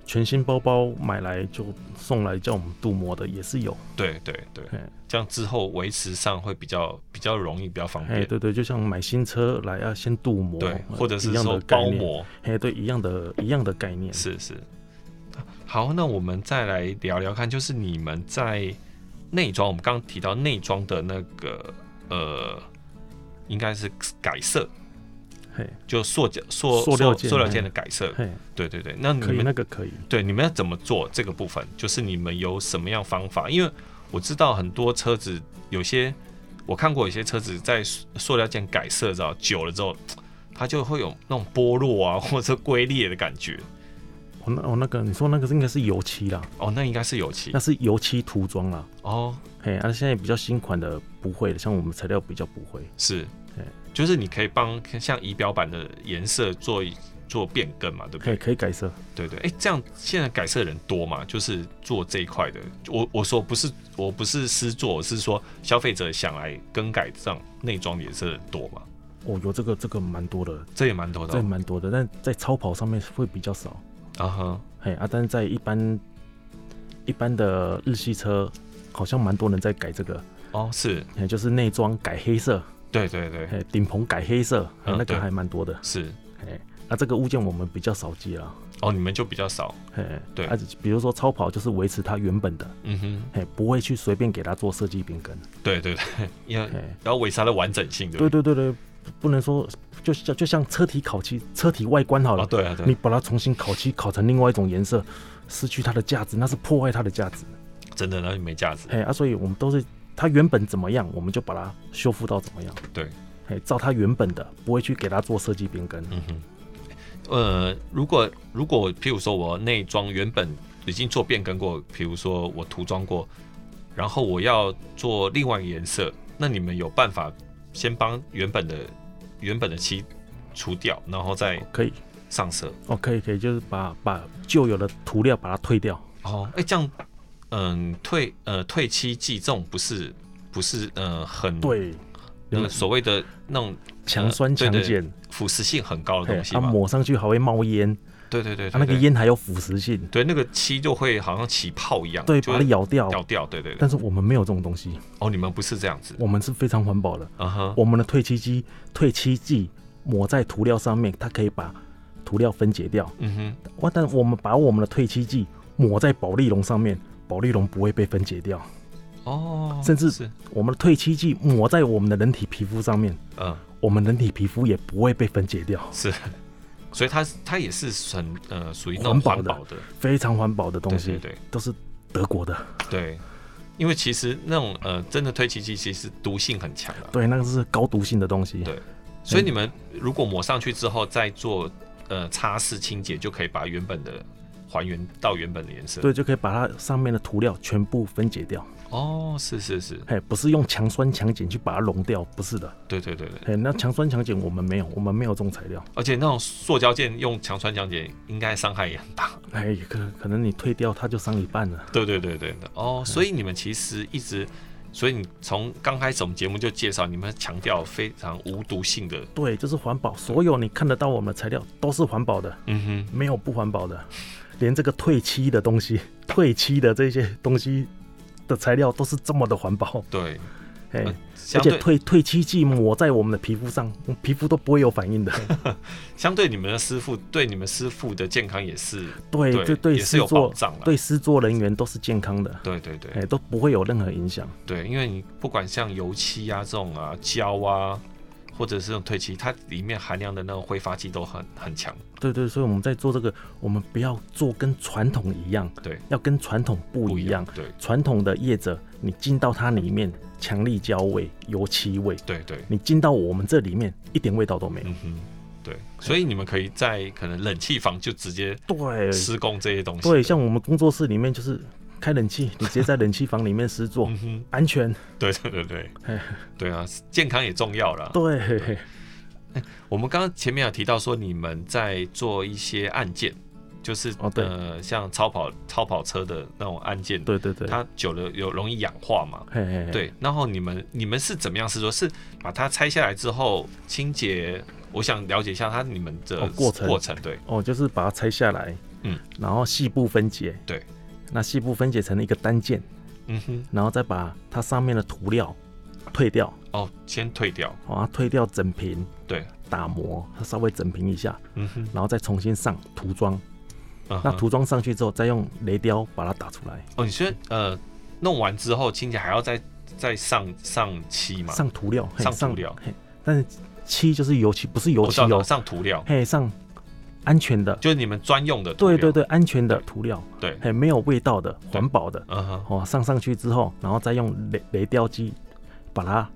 全新包包买来就送来叫我们镀膜的也是有。
对对对
嘿，
这样之后维持上会比较比较容易，比较方
哎，
便。
对对，就像买新车来要先镀膜，
对，
呃
或者是
一样
说
的概
包
念。
膜，
哎，对，一样的一样的概念。
是是。好，那我们再来聊聊看，就是你们在内装，我们刚刚提到内装的那个呃，应该是改色，
嘿，
就塑胶塑
塑料件
塑料件的改色。
嘿，
对对对，那你
可以，
们
那个可以。
对，你们要怎么做这个部分？就是你们有什么样方法？因为我知道很多车子，有些我看过有些车子在塑塑料件改色之后，久了之后，它就会有那种剥落啊，或者是龟裂的感觉。
我哦那我那个，你说那个是应该是油漆啦，
哦，那应该是油漆
那是油漆涂装啦。
哦，
嘿，啊，现在比较新款的不会了，像我们材料比较不会。
是
对，
就是你可以帮像仪表板的颜色做一做变更嘛，对不
可以
对？
可以改色，
对对，哎，这样现在改色的人多嘛？就是做这一块的。我我说不是，我不是私做，我是说消费者想来更改这样内装的颜色的人多嘛？
哦，有这个这个蛮多的，
这也蛮多的
这
哦
蛮多的，但在超跑上面会比较少。
啊哈。
嘿啊，但是在一般一般的日系车，好像蛮多人在改这个，
哦，是
嘿，就是内装改黑色，
对对对，
嘿，顶棚改黑色，嘿
嗯
那
对
个还蛮多的。
是
嘿，啊，这个物件我们比较少接啊。
哦，你们就比较少。
嘿，
对
啊，比如说超跑就是维持它原本的，
嗯哼，
嘿，不会去随便给它做设计变更。
对对 对，要
嘿，
要维持它的完整性，对不
对
对？
对对对，不能说就像就像车体烤漆、车体外观好了，
哦，对啊，对
你
啊，
把它重新烤漆，烤成另外一种颜色，失去它的价值，那是破坏它的价值。
真的，那就没价值。
嘿啊，所以我们都是它原本怎么样，我们就把它修复到怎么样。
对，
嘿，照它原本的，不会去给它做设计变更。
嗯哼，呃，如果如果譬如说我内装原本已经做变更过，譬如说我涂装过，然后我要做另外一个颜色，那你们有办法先帮原本的原本的漆除掉，然后再
可以，
上色？
哦，可以，可以，就是把把旧有的涂料把它退掉。
哦，哎、这样，嗯，退呃退漆剂这种不是不是呃很
对，
那个所谓的那种
强酸
呃对
强
对
碱，
腐蚀性很高的
嘿啊
东，西
它
吧？
抹上去还会冒烟，
对对对，
啊，那个
对，
烟还有腐蚀性，
对那个漆就会好像起泡一样，
对，
就
把
会
它咬掉。
咬掉，对对对。
但是我们没有这种东西，
哦，你们不是这样子，
我们是非常环保的。
啊哈，
我们的褪漆机、褪漆剂抹在涂料上面，它可以把涂料分解掉。
嗯哼，
哇，但我们把我们的褪漆剂抹在保丽龙上面，保丽龙不会被分解掉。
哦，
甚至
是，
我们的褪漆剂抹在我们的人体皮肤上面，
嗯，
我们人体皮肤也不会被分解掉，
是， 所以它它也是很呃属于那种
环保
环
的
保的，
非常环保的东
对
西，
对对
都是德国的。
对，因为其实那种呃真的推漆剂其实毒性很强的、
对，那个是高毒性的东西
对。所以你们如果抹上去之后再做呃擦拭清洁，就可以把原本的还原到原本的颜色。
对，，就可以把它上面的涂料全部分解掉。
哦，是是是，
嘿，不是用强酸强碱去把它溶掉，不是的。
对对对对，
嘿，那强酸强碱我们没有，我们没有这种材料。
而且那种塑胶件用强酸强碱应该伤害也很大。
哎，也可可能你退掉它就伤一半了。
对对对对对，哦，所以你们其实一直。所以你从刚开始我们节目就介绍，你们强调非常无毒性的，
对，就是环保，所有你看得到我们的材料都是环保的，
嗯哼，
没有不环保的。连这个退漆的东西，退漆的这些东西的材料都是这么的环保。
对，
哎，
呃
而
相
且
对
退退漆剂抹在我们的皮肤上，皮肤都不会有反应的。
相对你们的师傅对你们师傅的健康也是
对，
对
这对
也是
施
有保
作
障啦
对施作人员都是健康的，
对对对
哎，都不会有任何影响。
对，因为你不管像油漆啊这种啊胶啊，或者是这种褪漆，它里面含量的那种挥发剂都很很强。
对对，所以我们在做这个，我们不要做跟传统一样，
对，
要跟传统不
不
一
一
样。
对
传统的业者，你进到它里面，强力胶味、油漆味，
对对，
你进到我们这里面一点味道都没有。
嗯哼，对，所以你们可以在可能冷气房就直接
对
施工这些东西。
对，像我们工作室里面就是开冷气，你直接在冷气房里面施作，
嗯哼，
安全。
对对对对
哎，
对啊，健康也重要啦。
对，
我们刚刚前面有提到说，你们在做一些案件，就是、
哦对
呃，像超跑超跑车的那种案件，
对对对，
它久了有容易氧化嘛，
嘿嘿嘿
对，然后你们你们是怎么样？是说是把它拆下来之后清洁？我想了解一下它你们的
哦过程
过程对，
哦，就是把它拆下来，
嗯，
然后细部分解，
对，
那细部分解成一个单件，
嗯哼，
然后再把它上面的涂料退掉，
哦，先退掉，
好、哦，它退掉整平，
对，
打磨，它稍微整平一下，
嗯哼，
然后再重新上涂装，
嗯
那
哼
涂装上去之后，再用雷雕把它打出来，
哦，你说呃，弄完之后清洁还要再再上上漆嘛？
上涂料，嘿
上涂料，
嘿但是漆就是油漆，不是油
我
漆
知道
哦，
上涂料，
嘿，上安全的，
就是你们专用的涂
对
料，
对对，安全的涂料，
对，
嘿，没有味道的，环保的，
嗯哼，
哦，上上去之后，然后再用雷雷雕机把它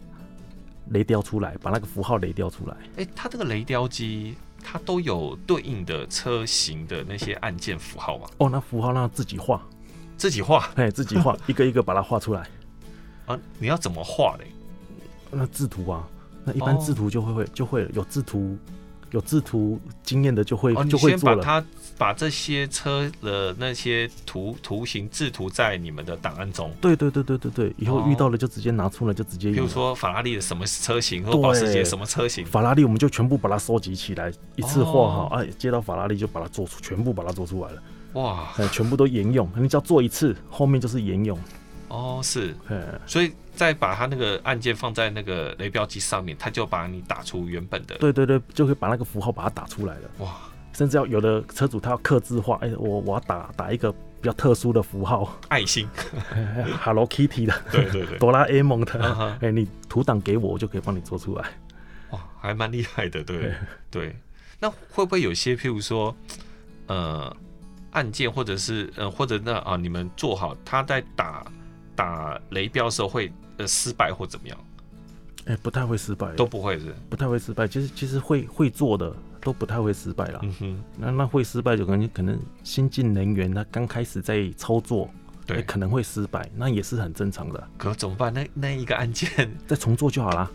雷雕出来，把那个符号雷雕出来。
哎，它这个雷雕机它都有对应的车型的那些按键符号嘛？
哦，那符号让它自己画，
自己画
嘿，自己画，一个一个把它画出来。
啊？你要怎么画嘞？
那制图啊，那一般
哦
制图就会会、就会了有制图有制图经验的就会、
哦，你
就会
先
做
把
了。
它把这些车的那些图图形制图在你们的档案中，
对对对对对对，以后
哦
遇到了就直接拿出来，就直接
比
用
如
了。
说法拉利的什么车型，或
嗯对
保时捷什么车型，
法拉利，我们就全部把它收集起来，一次画好，
哦
哎、接到法拉利就把它做出，全部把它做出来了，
哇
哎，全部都沿用。你只要做一次，后面就是沿用。
哦是，
哎，
所以再把它那个按键放在那个雷标机上面，它就把你打出原本的
对对对，就可以把那个符号把它打出来了。
哇
甚至要有的车主他要刻字化，哎、我我要打打一个比较特殊的符号
爱心，
，Hello Kitty 的，
对对对，
哆啦 A 梦的，
嗯
哎、
哼
你图档给我，我就可以帮你做出来。
哇还蛮厉害的，对对，那会不会有些譬如说，呃按键或者是呃或者那啊你们做好，它在打打雷标的时候会呃失败或怎么样？
哎、不太会失败，
都不会是，
不太会失败。其实其实会会做的都不太会失败啦。
嗯哼，
那那会失败就感觉可能新进人员他刚开始在操作，哎
对。
可能会失败，那也是很正常的，
可怎么办？那那一个按键
再重做就好啦。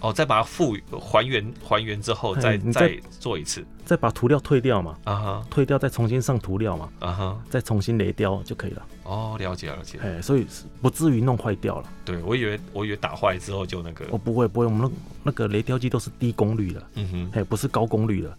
哦，再把它复还原还原之后，
哎
再
你
再做一次
再把涂料退掉嘛，
啊哈
退掉再重新上涂料嘛，
啊哈。
再重新雷雕就可以了。
哦，了解了解。
哎、所以是不至于弄坏掉了。
对我以为我以为打坏之后就那个
哦哦，，不会不会，我们那那个雷雕机都是低功率的，
嗯哼，
哎，不是高功率的，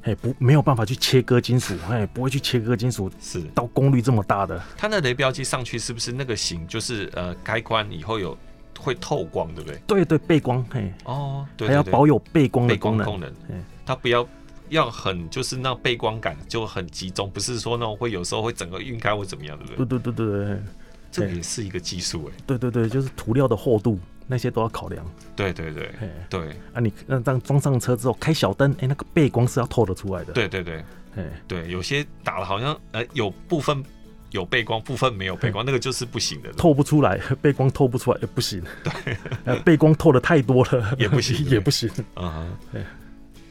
嘿，不没有办法去切割金属，嘿，不会去切割金属
是
到功率这么大的，
它那雷标机上去是不是那个型就是呃开关以后有会透光，对不对？
对对，背光，嘿，
哦，对
还要
对对
保有背光的
背
功
光
能，
功能
嘿，
它不要要很就是那背光感就很集中，不是说那种会有时候会整个晕开或怎么样，对不
对
对？
对对对对嘿
这个也是一个技术哎、
对对对，就是涂料的厚度那些都要考量，
对对对
嘿，
对
啊你，那这样装上车之后开小灯，哎、那个背光是要透得出来的，，
对对对
嘿，
对，有些打的好像呃有部分有背光，部分没有背光，那个就是不行的，
透不出来， 背光透不出来，也不行， 对，背光透的太多了，
也不行
也不行，
嗯哼
对。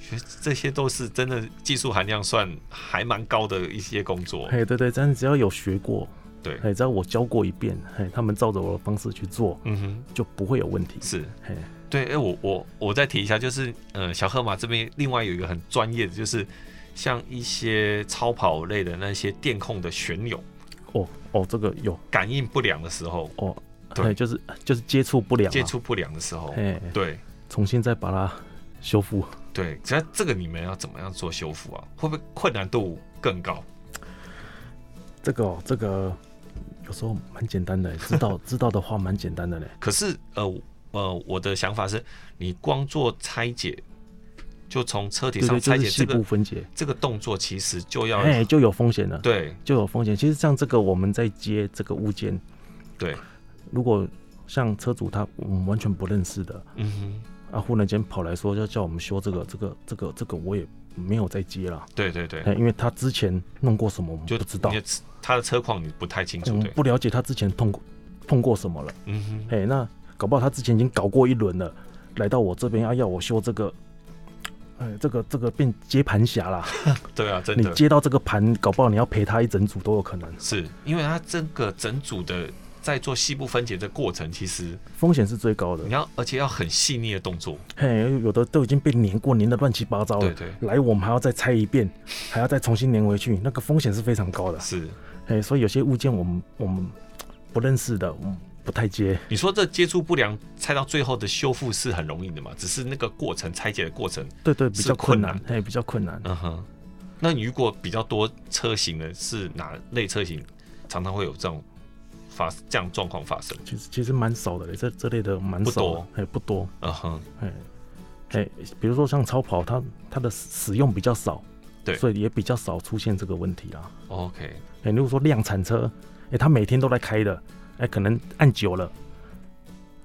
其实这些都是真的技术含量算还蛮高的一些工作，
嘿，对对，这样只要有学过，
对，
嘿，只要我教过一遍，嘿，他们照着我的方式去做，
嗯哼，
就不会有问题，
是
嘿，
对，哎、我我我再提一下，就是呃，小河马这边另外有一个很专业的，就是像一些超跑类的那些电控的旋钮
哦哦，这个有
感应不良的时候，
哦，
对
嘿就是就是接触不良、啊，
接，触不良的时候，
嘿，
对
重新再把它修复。
对，只要这个你们要怎么样做修复啊？会不会困难度更高？
这个、哦、这个有时候蛮简单的，知道知道的话蛮简单的嘞。
可是呃呃，我的想法是，你光做拆解，就从车体
对
上
对，就
拆
是
解
细
这
部
个
分解，
这个动作，其实就要
哎，就有风险了，
对
就有风险。其实像这个，我们在接这个物件，
对，
如果像车主他我们完全不认识的
嗯哼，
啊，忽然间跑来说要叫我们修这个这个这个这个，我也没有再接了，
对对对，
哎，因为他之前弄过什么我们
就
不知道
你，的它的车况你不太清
我
楚，
们
对，
不了解他之前碰过碰过什么了。
嗯哼。
哎，那搞不好他之前已经搞过一轮了，来到我这边啊，要我修这个，哎，这个这个变接盘侠啦。
对啊，真
你
的
接到这个盘，搞不好你要赔他一整组都有可能，
是因为它这个整组的在做细部分解的过程，其实
风险是最高的
你。要而且要很细腻的动作，
嘿，有的都已经被粘过，粘的乱七八糟了。
对对
来我们还要再拆一遍，还要再重新粘回去，那个风险是非常高的。
是
哎，所以有些物件我们我们不认识的，我们不太接。
你说这接触不良拆到最后的修复是很容易的嘛？只是那个过程拆解的过程，
对对，比
是
较
困
困难，哎，比较困难。
嗯哼。那你如果比较多车型的是哪类车型，常常会有这种发这样状况发生？
其实其实蛮少的，这这类的蛮
不
少
多
的，哎，不多。
嗯哼，
哎，哎，比如说像超跑，它它的使用比较少，
对
所以也比较少出现这个问题啦。
，OK，
哎，如果说量产车，哎，它每天都在开的，哎，可能按久了，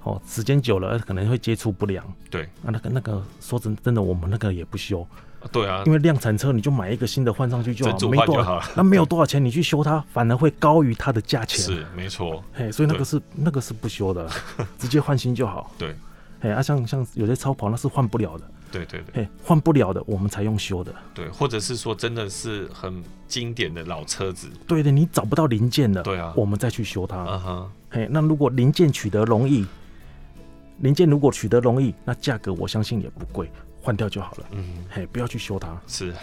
哦，时间久了哎可能会接触不良。
对
啊，那个那个，说真真的，我们那个也不修，
啊对啊
因，为量产车你就买一个新的换上去就好，
整组
没
换就
多
好
少
了，
那没有多少钱，你去修它反而会高于它的价钱。
是没错，
嘿，所以那个
对
是那个是不 修的，直接换新就好。
对
嘿，啊，像像有些超跑那是换不了的，
对对对。
嘿，换不了的我们才用修的。
对，或者是说真的是很经典的老车子，
对的，你找不到零件了，
对啊
我们再去修它。
嗯哼，
嘿，那如果零件取得容易，零件如果取得容易，那价格我相信也不贵，换掉就好了。
嗯，
嘿，不要去修它。
是，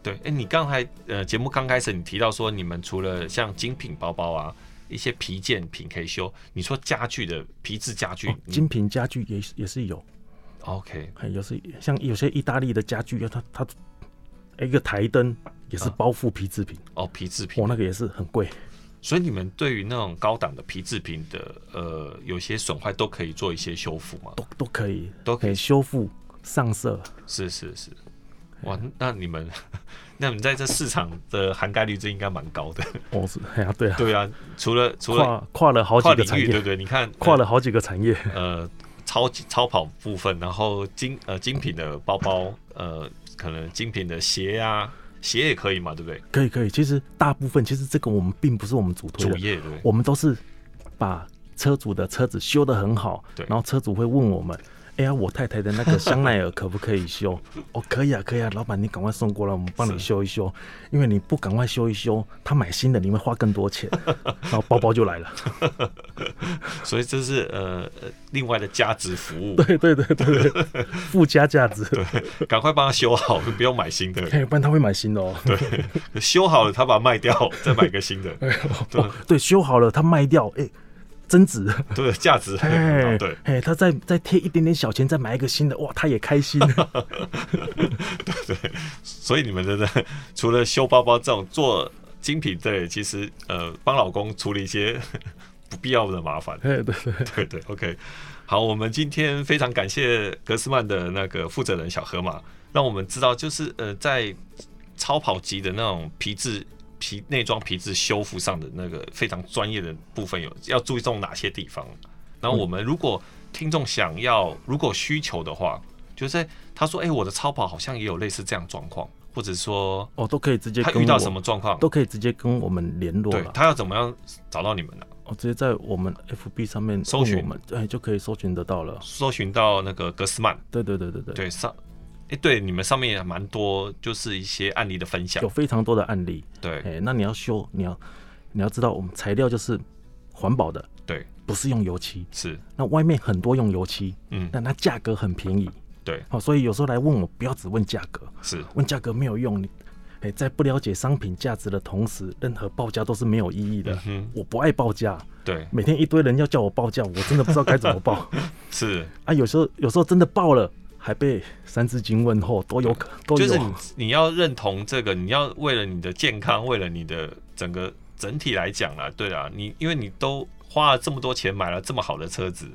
对，哎、你刚才呃节目刚开始你提到说，你们除了像精品包包啊，一些皮件品可以修，你说家具的皮质家具，
哦
你
精品家具也也是有，
OK，
嘿，有时像有些意大利的家具，它它一个台灯也
啊
是包覆皮制品，
哦，皮制品，
哦，那个也是很贵。
所以你们对于那种高档的皮制品的呃有些损坏都可以做一些修复嘛？
都都可以，
都可以
修复、上色。
是是是，哇，那你们， 那你们在这市场的涵盖率这应该蛮高的，
哦，是，哎呀，对啊，
对啊，除了除了。
跨跨了好
跨
几个
领
产
域对
业
不，对？你看，呃
跨了好几个产业。
呃超级超跑部分，然后精呃精品的包包，呃可能精品的鞋啊，鞋也可以嘛，对不对？
可以可以，其实大部分其实这个我们并不是我们主推
主
的，
业对不对？
我们都是把车主的车子修得很好，
对
然后车主会问我们。哎呀，我太太的那个香奈儿可不可以修？哦，可以啊，可以啊，老板你赶快送过来，我们帮你
是
修一修。因为你不赶快修一修，他买新的你会花更多钱，然后包包就来了。
所以这是呃呃另外的价值服务，
对对对对对，附加价值。
赶快帮他修好，不用买新的，
哎，不然他会买新的哦。
修好了他把它卖掉，再买个新的。
哦，对，修好了他卖掉，哎、增值，
对价值很
哎
高，对，
哎，他再再贴一点点小钱，再买一个新的，哇，他也开心。
所以你们真的除了修包包这种做精品之类的，其实呃帮老公处理一些 不必要的麻烦，
哎，对对，
对对，OK。好，我们今天非常感谢格斯曼的那个负责人小河马，让我们知道就是呃，在超跑级的那种皮质皮内装皮质修复上的那个非常专业的部分有要注重哪些地方。然后我们如果听众想要如果需求的话，就是他说哎、我的超跑好像也有类似这样状况，或者说
哦，都可以直接
他
跟
遇到
我
什么状况，
都可以直接跟我们联络
对
了。
他要怎么样找到你们呢、
哦，直接在我们 FB 上面
搜
问
寻
我们，哎，就可以搜寻得到了。
搜寻到那个格斯曼。
对对对对对，
对上，哎、对，你们上面也蛮多，就是一些案例的分享
有。非常多的案例。
对
哎，那你要修，你要你要知道，我们材料就是环保的，
对，
不是用油漆。
是，
那外面很多用油漆，
嗯，
但它价格很便宜。
对，
好、所以有时候来问我，不要只问价格，
是，
问价格没有用。你，哎，在不了解商品价值的同时，任何报价都是没有意义的。
嗯
我不爱报价，
哼，对，
每天一堆人要叫我报价，我真的不知道该怎 么报
是，
啊。有时候，有时候真的报了，还被三字经问候，都有可都
就是
有。啊
你你要认同这个，你要为了你的健康，为了你的整个整体来讲啦，对啦，你因为你都花了这么多钱买了这么好的车子，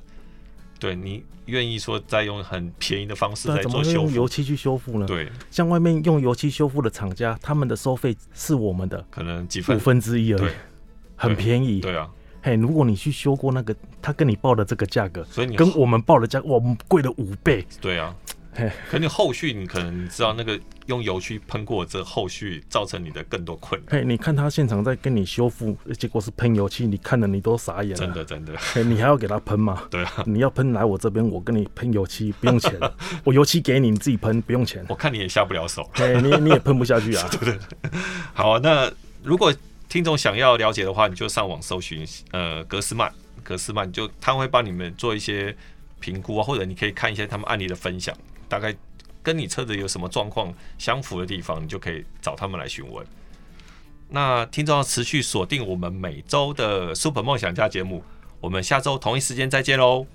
对你愿意说再用很便宜的方式
对啊
来
怎
做
么会
修
用油
复，
漆去修复呢？
对，
像外面用油漆修复的厂家，他们的收费是我们的
可能几
五
分，
分之一而已
对，
很便宜。
对啊，
嘿，如果你去修过那个，他跟你报的这个价格，
所以你
跟我们报的价，哇我们贵了五倍。
对啊
嘿，
可你后续你可能知道那个用油漆喷过之后，后续造成你的更多困扰，
嘿，你看他现场在跟你修复，结果是喷油漆，你看了你都傻眼了。
真的真的，
嘿，你还要给他 喷吗？
对啊，
你要喷来我这边，我跟你喷油漆，不 用钱，我油漆给你，你自己喷，不用钱。
我看你也下不了手。
嘿，你你也喷不下 去啊。
好，那如果听众想要了解的话，你就上网搜寻呃格斯曼，格斯曼就他会帮你们做一些评估啊，或者你可以看一些他们案例的分享，大概跟你车子有什么状况相符的地方，你就可以找他们来询问。那听众要持续锁定我们每周的 Super 梦想家节目，我们下周同一时间再见喽，